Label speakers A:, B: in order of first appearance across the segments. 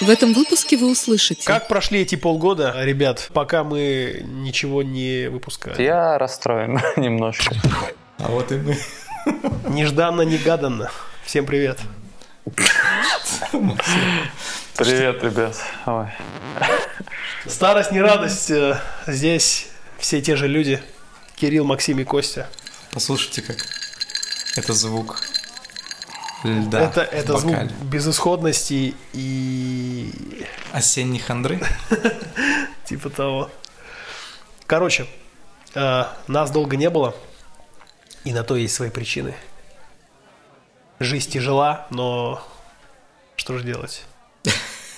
A: В этом выпуске вы услышите.
B: Как прошли эти полгода, ребят, пока мы ничего не выпускали?
C: Я расстроен немножко.
D: А вот и мы.
B: Нежданно-негаданно. Всем привет.
C: Привет, ребят. Ой.
B: Старость не радость. Э, Здесь все те же люди. Кирилл, Максим и Костя.
D: Послушайте, как это звук льда
B: это это
D: в
B: звук
D: бокале.
B: безысходности и
D: Осенний хандры.
B: типа того. Короче, э, нас долго не было. И на то есть свои причины. Жизнь тяжела, но что же делать?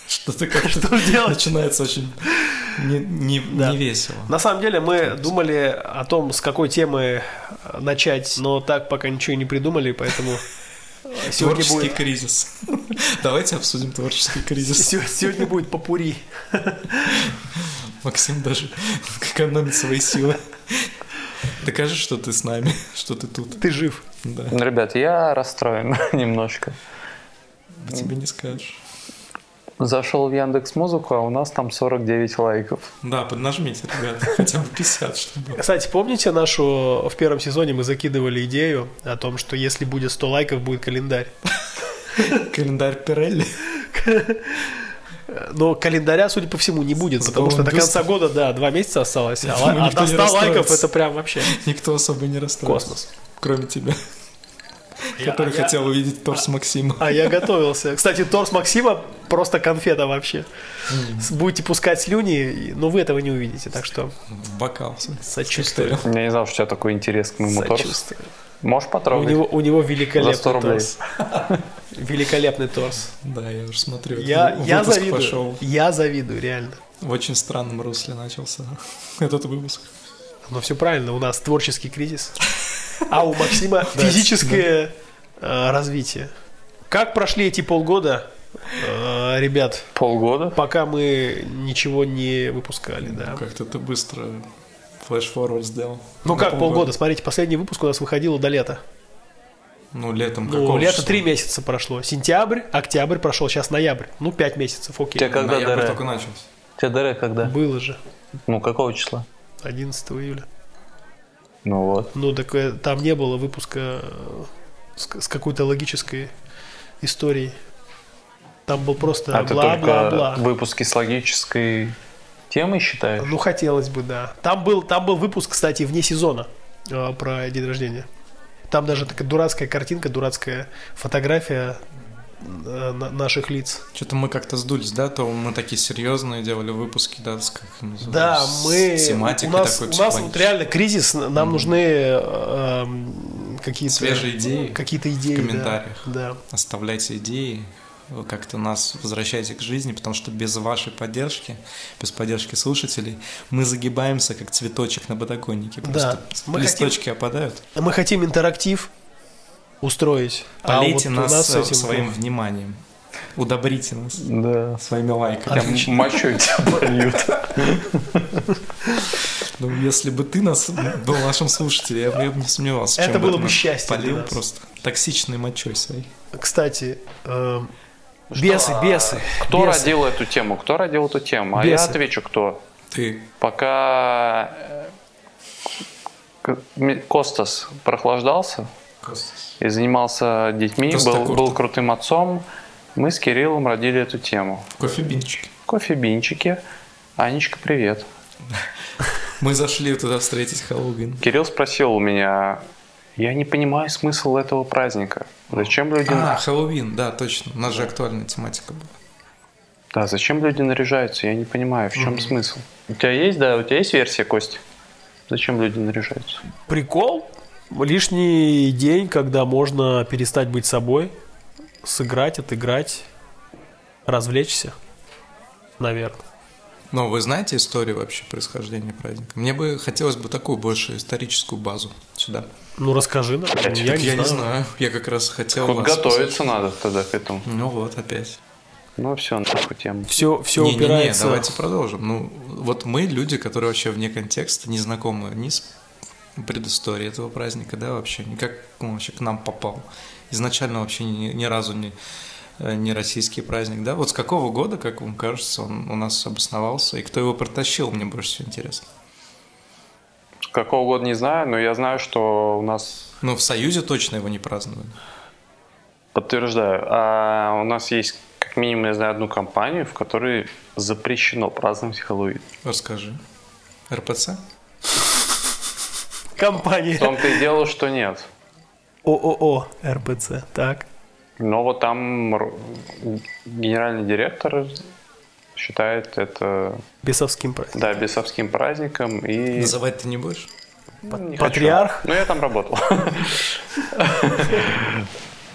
D: Что-то как
B: Что же делать?
D: начинается очень не, не,
B: Да.
D: не весело.
B: На самом деле мы думали о том, с какой темы э, начать, но так пока ничего не придумали, поэтому э, сегодня
D: Творческий
B: будет,
D: кризис. Давайте обсудим творческий кризис.
B: се- сегодня будет попури.
D: Максим даже экономит свои силы. Докажи, что ты с нами, что ты тут.
B: Ты жив.
D: Да,
C: Ну, ребят, я расстроен немножко.
D: тебе не скажешь.
C: Зашел в Яндекс Музыку, а у нас там 49 лайков.
D: Да, поднажмите, ребята, хотя бы 50, чтобы было.
B: Кстати, помните нашу... В первом сезоне мы закидывали идею о том, что если будет 100 лайков, будет календарь.
D: Календарь Пирелли.
B: Но календаря, судя по всему, не будет,
D: Зато
B: потому что
D: он
B: до конца
D: быстро.
B: года, да, два месяца осталось.
D: Я
B: А,
D: думаю,
B: а
D: никто
B: до
D: не
B: 100 лайков
D: расстроится.
B: это прям вообще
D: Никто особо не расстроился.
B: космос.
D: Кроме тебя.
B: Я- а
D: Который
B: я-
D: хотел увидеть торс Максима.
B: А я готовился. Кстати, торс Максима просто конфета вообще. С- Будете пускать слюни, и- но вы этого не увидите, так что
D: В бокал. в смысле.
B: сочувствую.
C: Я не знал, что у тебя такой интерес к моему торсу.
B: Сочувствую.
C: Можешь
B: У
C: потрогать?
B: него, у него
C: За 100
B: великолепный
C: рублей.
B: торс. Великолепный торс.
D: Да, я уже смотрю.
B: Я,
D: этот
B: я
D: выпуск
B: завидую.
D: пошел
B: Я завидую, реально.
D: в очень странном русле начался этот выпуск.
B: Но все правильно, у нас творческий кризис. А у Максима физическое э, развитие. Как прошли эти полгода, э, ребят,
C: Полгода?
B: пока мы ничего не выпускали, да?
D: Ну, Как-то ты быстро флеш-форвард сделал.
B: Ну
D: На
B: как полгода? Смотрите, последний выпуск у нас выходило до лета.
D: Ну, летом
B: Ну,
D: какого
B: лето
D: числа?
B: три месяца прошло. Сентябрь, октябрь прошел, сейчас ноябрь. Ну, пять месяцев, окей.
C: Тебе когда
D: Ноябрь
C: ДР?
D: только начался.
C: Тебе ДР когда?
B: Было же
C: Ну, какого числа?
B: 11 июля.
C: Ну вот.
B: Ну, так э, там не было выпуска э, с, к- с какой-то логической историей. Там был просто
C: а ты только
B: бла-бла-бла.
C: выпуски с логической темой считаешь?
B: Ну, хотелось бы, да. Там был, там был выпуск, кстати, вне сезона э, про день рождения. Там даже такая дурацкая картинка, дурацкая фотография э, на- наших лиц.
D: Что-то мы как-то сдулись, да? То мы такие серьезные делали выпуски, да, с, как называется,
B: Да,
D: Ну, с
B: мы...
D: тематикой
B: у нас,
D: такой типа,
B: у нас вот
D: психологической.
B: реально кризис, н- нам нужны э, эм, какие-то...
D: Свежие идеи
B: Какие-то идеи,
D: в комментариях.
B: Да, да.
D: Оставляйте идеи, вы как-то нас возвращайте к жизни, потому что без вашей поддержки, без поддержки слушателей, мы загибаемся, как цветочек на подоконнике. Просто
B: Мы
D: листочки опадают.
B: Мы хотим интерактив устроить. а
D: Полейте
B: вот у
D: нас,
B: с
D: э,
B: этим-
D: своим вниманием. Удобрите нас
C: Да.
D: своими лайками.
C: Прям мочой тебя польют.
D: Ну, если бы ты нас был нашим слушателем, я бы, я бы не сомневался. в
B: Это
D: чем
B: было
D: этом.
B: бы счастье для
D: Полил
B: нас.
D: просто токсичной мочой своей.
B: Кстати, эм, бесы, бесы.
C: Кто
B: бесы.
C: родил эту тему? Кто родил эту тему? А я
B: Бесы.
C: отвечу, кто.
D: Ты
C: Пока э, К- Ми- Костас прохлаждался и занимался детьми,
D: Костя
C: был,
D: Курта.
C: был крутым отцом, мы с Кириллом родили эту тему.
D: кофебинчик.
C: Кофебинчики. Анечка, привет.
D: Мы зашли туда встретить Хэллоуин.
C: Кирилл спросил у меня, я не понимаю смысл этого праздника. Зачем люди,
D: А, Хэллоуин, да, точно. У нас же актуальная тематика была.
C: да, зачем люди наряжаются? Я не понимаю, в чем смысл. У тебя есть, да, у тебя есть версия, Кость? Зачем люди наряжаются?
B: Прикол. Лишний день, когда можно перестать быть собой, сыграть, отыграть, развлечься. Наверное.
D: Но вы знаете историю вообще происхождения праздника? Мне бы хотелось бы такую больше историческую базу сюда.
B: Ну расскажи нам. Я,
D: Так я не знаю. Я как раз хотел
C: Вот
D: вас
C: готовиться надо тогда к этому.
D: спросить. Ну вот, опять.
C: Ну все, нахуй тему.
B: Все, все
D: Не-не-не,
B: упирается.
D: давайте продолжим. Ну, вот мы люди, которые вообще вне контекста, не знакомы ни с предысторией этого праздника, да, вообще, никак он вообще к нам попал. Изначально вообще ни, ни разу не э, нероссийский праздник, да? Вот с какого года, как вам кажется, он у нас обосновался, и кто его протащил, мне больше всего интересно.
C: Какого года не знаю, но я знаю, что у нас
D: Ну, в Союзе точно его не праздновали.
C: Подтверждаю. А у нас есть как минимум, я знаю, одну компанию, в которой запрещено праздновать Хэллоуин.
D: Расскажи. РПЦ?
C: В
B: Компания
C: том-то и дело, что нет.
B: ООО РПЦ. Так.
C: Но вот там р- генеральный директор считает это,
B: Бесовским праздником.
C: да, бесовским праздником и...
D: Называть ты не будешь?
C: Не
B: Патриарх?
C: хочу. Ну, я там работал.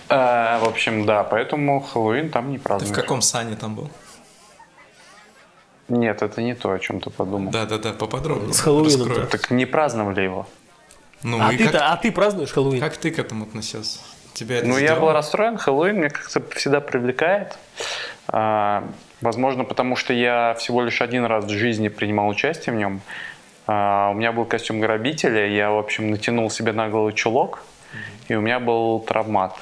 C: А, В общем, да, поэтому Хэллоуин там не
D: Ты в
C: празднуют.
D: каком сане там был?
C: Нет, это не то, о чем ты подумал.
D: Да-да-да, поподробнее.
B: С Хэллоуином-то.
D: Раскрой.
C: Так не праздновали его.
D: Ну,
B: А
D: и
B: ты-то,
D: как,
B: а ты празднуешь Хэллоуин?
D: как ты к этому относился? Тебя это
C: Ну, я
D: сделало?
C: был расстроен. Хэллоуин меня как-то всегда привлекает. А, возможно, потому что я всего лишь один раз в жизни принимал участие в нем. А, у меня был костюм грабителя, я, в общем, натянул себе на голову чулок, и у меня был травмат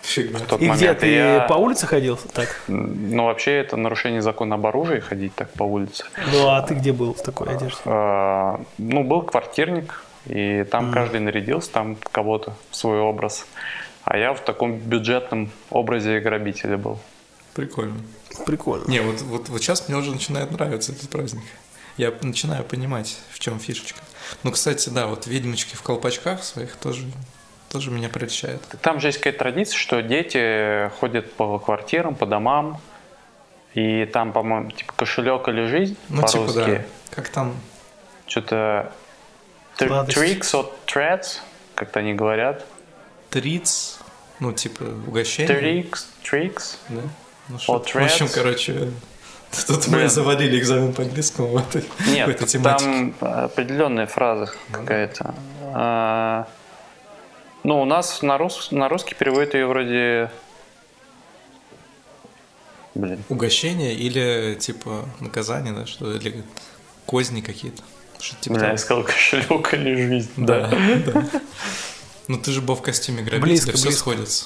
D: Фигня.
C: в тот
B: И где
C: момент.
B: ты
C: И я-
B: по улице ходил? Так.
C: Ну, вообще, это нарушение закона об оружии, ходить так по улице.
B: Ну а ты где был в такой одежде?
C: А, ну, был квартирник, и там каждый нарядился, там в кого-то в свой образ. А я в таком бюджетном образе грабителя был.
D: Прикольно.
B: Прикольно.
D: Не, вот, вот, вот сейчас мне уже начинает нравиться этот праздник. Я начинаю понимать, в чем фишечка. Ну, кстати, да, вот ведьмочки в колпачках своих тоже, тоже меня прельщает.
C: Там же есть какая-то традиция, что дети ходят по квартирам, по домам, и там, по-моему, типа кошелек или жизнь
D: Ну, типа,
C: по-русски.
D: да. Как там?
C: Что-то tr-
B: Сладость.
C: tricks or threats, как-то они говорят.
D: Триц, ну, типа, угощение.
C: Tricks, tricks.
D: Да? Ну, что-
C: От
D: в общем,
C: Reds.
D: короче, тут мы
C: Блин.
D: завалили экзамен по английскому в этой, в этой
C: Нет,
D: тематике.
C: там определенная фраза
D: Ну
C: какая-то. А, Ну, у нас на, рус- на русский переводит ее вроде... Блин.
D: Угощение или, типа, наказание, да, что или козни какие-то. Что типа
C: Бля,
D: того.
C: я сказал кошелек или жизнь.
D: Да, да. Ну ты же был в костюме
B: Близко,
D: грабителя, все
B: близко.
D: сходится.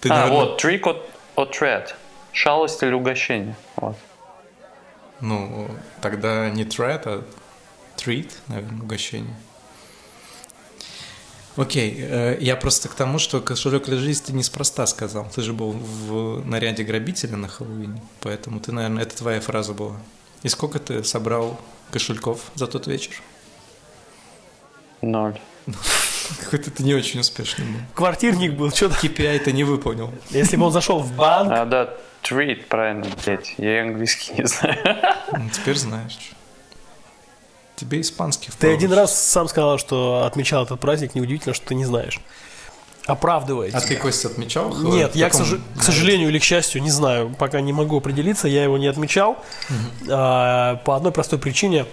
D: Ты,
C: а,
D: наверное,
C: вот, trick or, or treat. Шалость или угощение. Вот.
D: ну, тогда не treat, а treat, наверное, угощение. Окей, э, я просто к тому, что кошелек или жизнь ты неспроста сказал. Ты же был в наряде грабителя на Хэллоуине, поэтому ты, наверное, это твоя фраза была. И сколько ты собрал кошельков за тот вечер?
C: Ноль.
D: Какой-то ты не очень успешный был.
B: Квартирник был, что-то.
D: KPI ты не выполнил.
B: Если бы он зашел в банк,
C: А, да, treat, правильно, блядь. Я и английский не знаю.
D: Ну, теперь знаешь. Тебе испанский в
B: ты один раз сам сказал, что отмечал этот праздник, неудивительно, что ты не знаешь. Оправдываясь.
D: А ты, Костя, отмечал? Хэллоуин?
B: Нет, я, к,
D: Каком?
B: сожа- к сожалению или к счастью, не знаю, пока не могу определиться, я его не отмечал. А, по одной простой причине.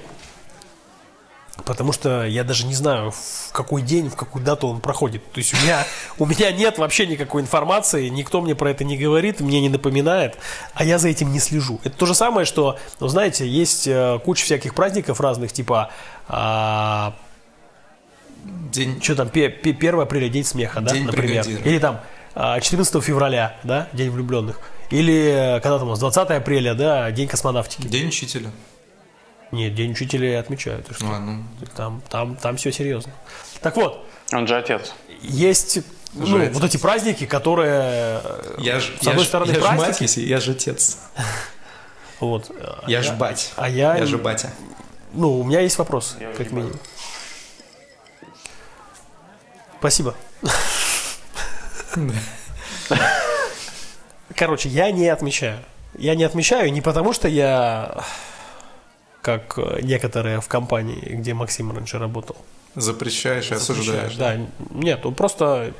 B: Потому что я даже не знаю, в какой день, в какую дату он проходит. То есть у меня, у меня нет вообще никакой информации, никто мне про это не говорит, мне не напоминает, а я за этим не слежу. Это то же самое, что, ну, знаете, есть э, куча всяких праздников разных, типа, а,
D: День...
B: что там, пе- пе- 1 апреля, День смеха, да,
D: День
B: например.
D: бригадира.
B: Или там а, 14 февраля, да, День влюбленных. Или э, когда там у нас 20 апреля, да, День космонавтики.
D: День учителя.
B: Нет, День учителя отмечают. ты что?
D: Ну, а, ну,
B: Там, там, там все серьезно. Так вот,
C: Он же отец.
B: есть ну,
D: Жесть.
B: вот эти праздники, которые... э,
D: Я же,
B: С одной стороны,
D: я ж
B: праздник.
D: мать, если я же отец.
B: Вот, э,
D: Я же бать.
B: а я-
D: Я же батя.
B: ну, у меня есть вопрос, как минимум. Спасибо. Короче, я не отмечаю. Я не отмечаю не потому, что я как э, некоторые в компании, где Максим раньше работал.
D: Запрещаешь и осуждаешь.
B: Да, нет, ну просто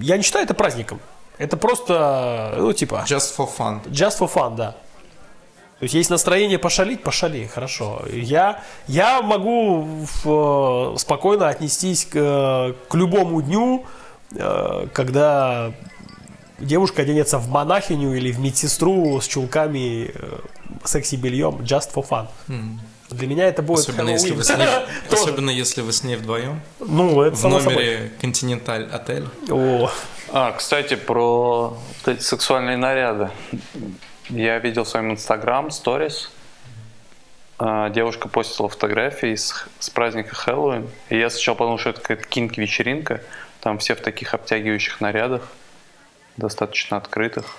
B: я не считаю это праздником. Это просто, ну типа,
D: Just for fun.
B: just for fun, да. То есть есть настроение пошалить, пошали, хорошо. Я, я могу в, э, спокойно отнестись к, э, к любому дню, э, когда девушка оденется в монахиню или в медсестру с чулками, э, секси-бельем, just for fun. Для меня это будет
D: Хм. Особенно если, вы с ней,
B: Хэллоуин. Тоже.
D: особенно если вы с ней вдвоем
B: Ну, это
D: в
B: само собой.
D: номере Континенталь отель.
B: О,
C: А, кстати, про вот эти сексуальные наряды. Я видел в своем инстаграм сторис. А, Девушка постила фотографии с, с праздника Хэллоуин. И я сначала подумал, что это какая-то кинг-вечеринка. Там все в таких обтягивающих нарядах, достаточно открытых.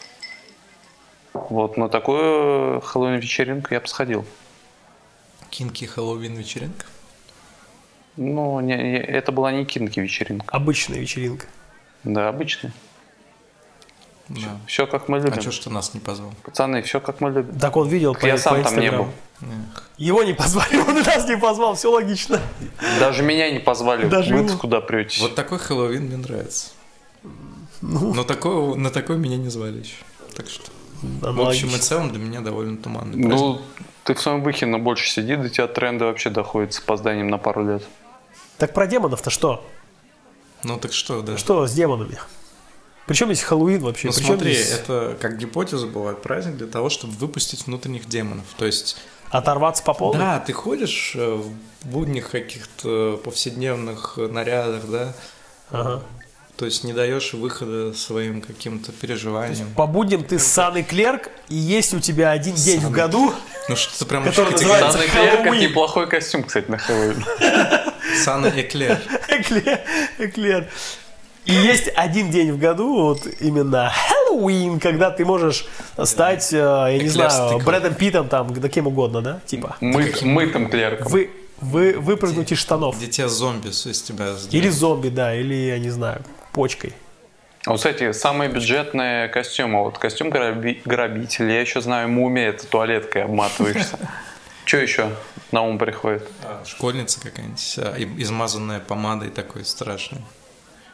C: Вот на такую Хэллоуин-вечеринку я бы сходил.
D: Кинки Хэллоуин вечеринка?
C: Ну, не, не- это была не кинки-вечеринка.
B: Обычная вечеринка.
C: Да, обычная.
D: Да.
C: Все как мы любим.
D: А что, что нас не позвал?
C: Пацаны, все как мы любим.
B: Так он видел по,
C: Я
B: по
C: сам там не
B: Инстаграму.
C: был.
D: Эх.
B: Его не позвали, он и нас не позвал, все логично.
C: Даже меня не позвали.
B: Даже
C: Вы
B: его.
C: куда претесь?
D: Вот такой Хэллоуин мне нравится.
B: Ну.
D: Но такого, на такой меня не звали еще. Так что, в общем и целом, для меня довольно туманный праздник.
C: Ну, ты в своем выхе на больше сиди, до тебя тренды вообще доходят с опозданием на пару лет.
B: Так про демонов-то что?
D: Ну, так что, да.
B: Что с демонами? Причем здесь Хэллоуин вообще?
D: Ну
B: Причем
D: смотри,
B: здесь
D: это как гипотеза бывает праздник для того, чтобы выпустить внутренних демонов. То есть,
B: оторваться по полной?
D: да, ты ходишь э, в будних каких-то повседневных э, нарядах, да,
B: Ага.
D: то есть не даешь выхода своим каким-то переживаниям.
B: По будням ты ссаный клерк, и есть у тебя один день в году.
D: Ну что ты прям
B: Который
D: очень
B: называется
C: Данный клерк, как
B: Хэллоуин.
C: неплохой костюм, кстати, на Хэллоуин.
D: Сана Эклер.
B: Эклер, эклер. И есть один день в году, вот именно Хэллоуин, когда ты можешь стать, э, я не знаю,
D: Эклерстиком.
B: Брэдом Питом, там, да кем угодно, да? Типа,
C: Мы, мытым клерком.
B: вы, вы выпрыгнуть из штанов.
D: Где тебя зомби с- из тебя
B: Или
D: сделают.
B: зомби, да, или, я не знаю, почкой.
C: А вот, кстати, самые бюджетные костюмы. Вот костюм граби- грабителя, я еще знаю, мумия, это туалеткой обматываешься. Что еще на ум приходит?
D: А, Школьница какая-нибудь, а, и- измазанная помадой такой страшной.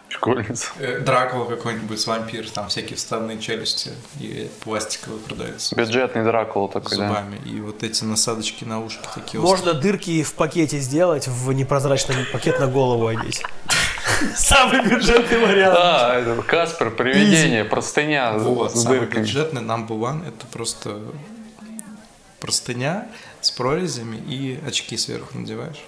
C: Школьница.
D: Э, Дракула какой-нибудь, вампир, там всякие вставные челюсти и пластиковые продаются.
C: Бюджетный Дракула такой, да.
D: зубами. И вот эти насадочки на ушки такие
B: Можно дырки в пакете сделать, в непрозрачный пакет на голову одеть. Самый бюджетный вариант.
C: А, это Каспер, привидение, простыня
D: Вот,
C: с
D: самый
C: дырками.
D: бюджетный number one это просто простыня с прорезями и очки сверху надеваешь.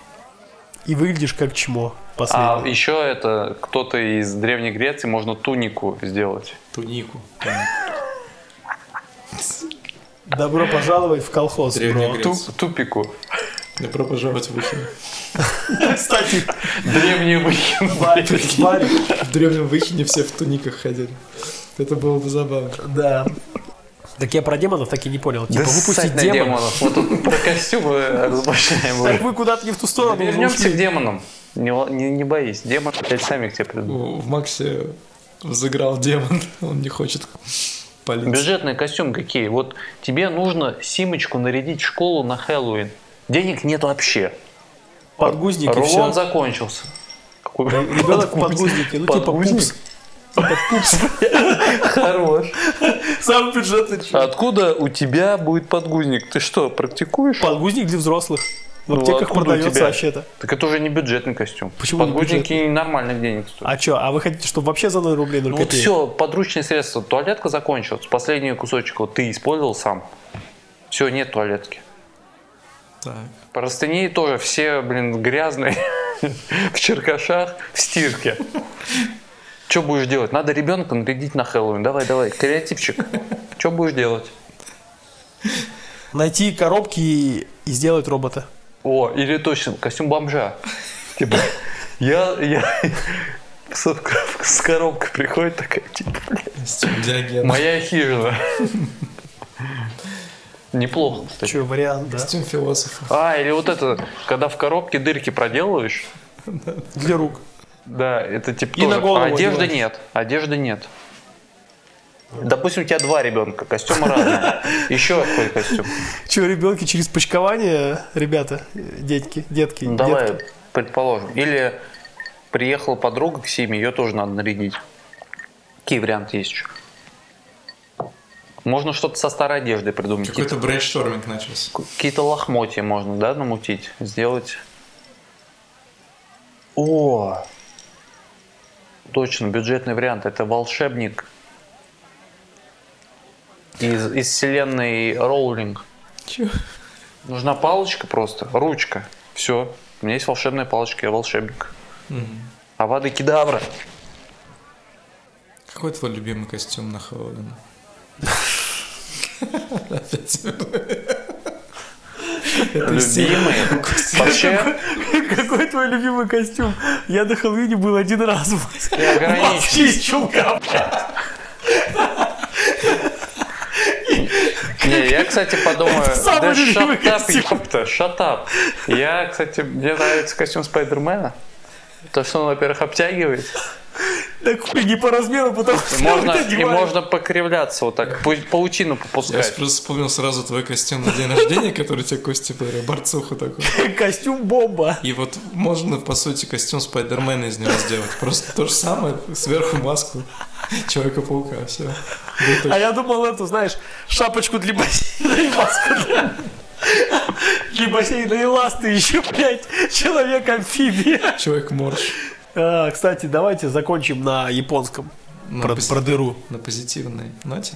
B: И выглядишь как чмо.
C: А
B: Последний.
C: еще это кто-то из Древней Греции можно тунику сделать.
D: Тунику. тунику.
B: Добро пожаловать в колхоз, бро.
D: Древний
C: Ту-
D: Греция.
C: тупику.
D: Добро пожаловать в Выхино.
B: Кстати,
C: Древний Выхин.
B: Варя, Варя,
D: В древнем Выхине все в туниках ходили. Это было бы забавно.
B: Да. Так я про демонов так и не понял. Типа
C: Да
B: выпустить
C: ссать на
B: демонов.
C: демонов. Мы тут про костюмы размышляем.
B: Так
C: уже.
B: вы куда-то не в ту сторону
C: Вернемся
B: ушли.
C: к демонам. Не, л- не, не боись, демоны опять сами к тебе придут.
D: Ну, В Максе взыграл демон, он не хочет палить.
C: Бюджетные костюмы какие? Вот тебе нужно симочку нарядить в школу на Хэллоуин. Денег нет вообще.
B: Подгузники, все.
C: Рулон закончился. Какой
B: Ребенок в подгузнике, ну типа пупс.
C: Хорош.
B: Самый бюджетный.
C: Откуда у тебя будет подгузник? Ты что, практикуешь?
B: Подгузник для взрослых. В
C: Ну,
B: аптеках
C: откуда у
B: продается
C: тебя?
B: вообще-то.
C: Так это уже не бюджетный костюм.
B: Почему не
C: Подгузники нормальных денег стоят.
B: А чё, а вы хотите, чтобы вообще за 0 рублей 0
C: ну вот
B: копеек?
C: все, подручные средства. Туалетка закончилась. Последний кусочек вот ты использовал сам. Все, нет туалетки.
D: Так.
C: Простыни тоже все, блин, грязные. В черкашах, в стирке. Что будешь делать? Надо ребенка нарядить на Хэллоуин. Давай, давай, креативчик. Что будешь делать?
B: Найти коробки и, и сделать робота.
C: О, или точно, костюм бомжа. Типа, я, я с, с коробкой приходит такая, типа,
D: Диоген.
C: моя хижина. Неплохо, кстати.
B: Че, вариант, да?
D: Костюм философа.
C: А, или вот это, когда в коробке дырки проделываешь,
B: Для рук.
C: да, это типа
B: И на
C: тоже. а
B: голову
C: одежды
B: одеваешь.
C: нет, одежды нет. Допустим, у тебя два ребенка, костюмы разные. Еще какой костюм?
B: Че, ребенки через почкование, ребята, э, детки, детки,
C: Ну, давай,
B: детки.
C: предположим. Или приехала подруга к Симе, ее тоже надо нарядить. Какие варианты есть еще? Можно что-то со старой одеждой придумать.
D: Какой-то
C: Какие-то,
D: брейншторминг начался.
C: какие-то лохмотья можно, да, намутить, сделать. О! Точно, бюджетный вариант. Это волшебник из, из вселенной Роулинг.
D: Чё?
C: Нужна палочка просто, ручка. Все. У меня есть волшебная А палочка, я волшебник. Авада кедавра.
D: Какой твой любимый костюм на Хэллоуин?
C: Любимый. Вообще,
B: Какой твой любимый костюм? Я на Хэллоуине был один раз.
C: я ограничен.
B: Из чулка.
C: Не, я, кстати, подумаю, да
B: самый любимый
C: shut up,
B: костюм.
C: ёпта, shut up. Я, кстати, мне нравится костюм Спайдермена. То, что он, во-первых, обтягивает.
B: Так хуй не по размеру, потому что
C: И можно,
B: вот
C: и
B: одеваю.
C: можно покривляться вот так, пу- паутину
D: Я
C: попускать.
D: просто вспомнил сразу твой костюм на день рождения, который тебе Костя подарил, борцуху такой.
B: Костюм бомба.
D: И вот можно, по сути, костюм Спайдермена из него сделать. Просто то же самое, сверху маску Человека-паука, все.
B: А я думал эту, знаешь, шапочку для бассейна и маску для- для бассейна и ласты еще, блядь, человек-амфибия.
D: Человек-морж.
B: А, Кстати, давайте закончим на японском.
D: Ну,
B: Про,
D: пос-
B: про дыру.
D: на позитивной ноте.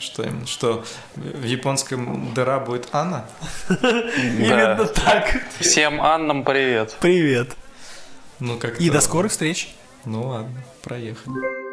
D: Что именно? Что в японском дыра будет Анна?
B: Именно так.
C: Всем Аннам привет.
B: Привет.
D: Ну как
B: И до скорых встреч.
D: Ну ладно, проехали.